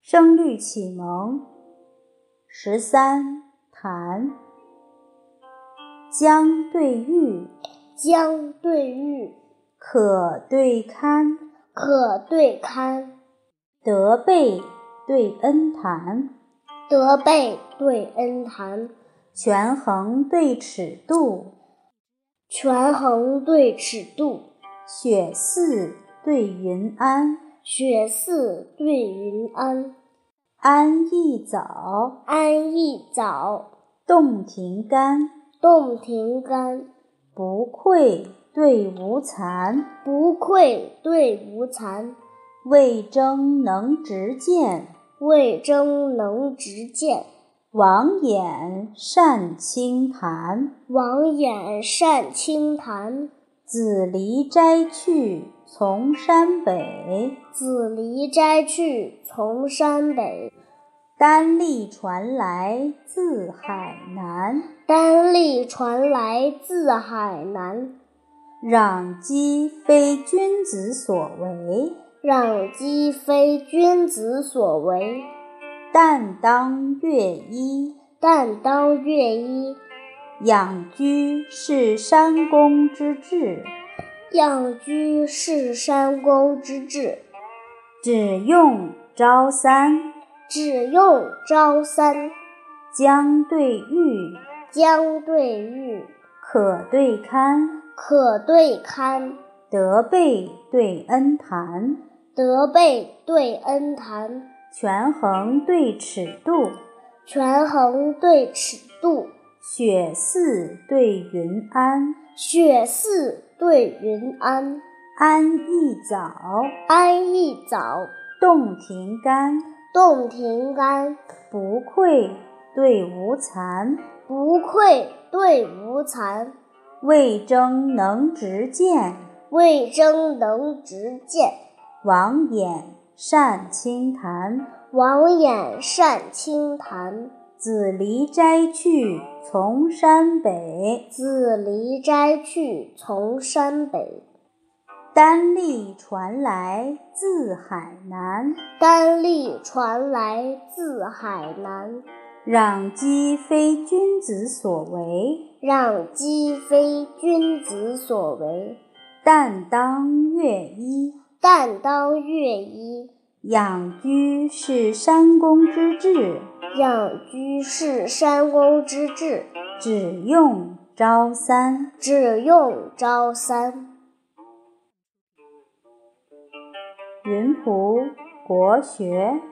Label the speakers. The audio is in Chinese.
Speaker 1: 声律启蒙十三谈，江对玉，
Speaker 2: 江对玉，
Speaker 1: 可对堪，
Speaker 2: 可对堪，
Speaker 1: 德备对恩谈，
Speaker 2: 德备对恩谈，
Speaker 1: 权衡对尺度，
Speaker 2: 权衡对尺度，
Speaker 1: 雪似对云安，
Speaker 2: 雪似对云安，
Speaker 1: 安逸早，
Speaker 2: 安逸早，
Speaker 1: 洞庭干，
Speaker 2: 洞庭干，
Speaker 1: 不愧对无残，
Speaker 2: 不愧对无残，
Speaker 1: 魏征能执剑，
Speaker 2: 魏征能执剑，
Speaker 1: 王衍善清谈，
Speaker 2: 王衍善清谈，
Speaker 1: 子离摘去从山北，
Speaker 2: 子离摘去从山北，
Speaker 1: 丹栗传来自海南。
Speaker 2: 丹栗传来自海南。
Speaker 1: 攘鸡非君子所为，
Speaker 2: 攘鸡非君子所为，
Speaker 1: 但当乐衣。
Speaker 2: 但当乐衣。
Speaker 1: 养居是山公之志，
Speaker 2: 养居是山公之志，
Speaker 1: 只用朝三。
Speaker 2: 只用朝三。
Speaker 1: 江对玉，
Speaker 2: 江对玉，
Speaker 1: 可对堪，
Speaker 2: 可对堪，
Speaker 1: 德备对恩谈，
Speaker 2: 德备对恩谈，
Speaker 1: 权衡对尺度，
Speaker 2: 权衡对尺度，
Speaker 1: 雪似对云安，
Speaker 2: 雪似对云安，
Speaker 1: 安逸早，
Speaker 2: 安逸早，
Speaker 1: 洞庭干，
Speaker 2: 洞庭干，
Speaker 1: 不愧对无残。
Speaker 2: 不愧对无残。
Speaker 1: 魏征能执剑，
Speaker 2: 魏征能执剑，
Speaker 1: 王衍善清谈。
Speaker 2: 王衍善清谈，
Speaker 1: 子离摘去从山北，
Speaker 2: 子离摘去从山北。
Speaker 1: 丹栗传来自海南。
Speaker 2: 丹栗传来自海南，
Speaker 1: 攘鸡非君子所为，
Speaker 2: 攘鸡非君子所为。
Speaker 1: 但当乐衣。
Speaker 2: 但当乐衣，
Speaker 1: 养居是山公之志，
Speaker 2: 养居是山公之志。
Speaker 1: 只用朝三。
Speaker 2: 只用朝三。
Speaker 1: 云浦国学。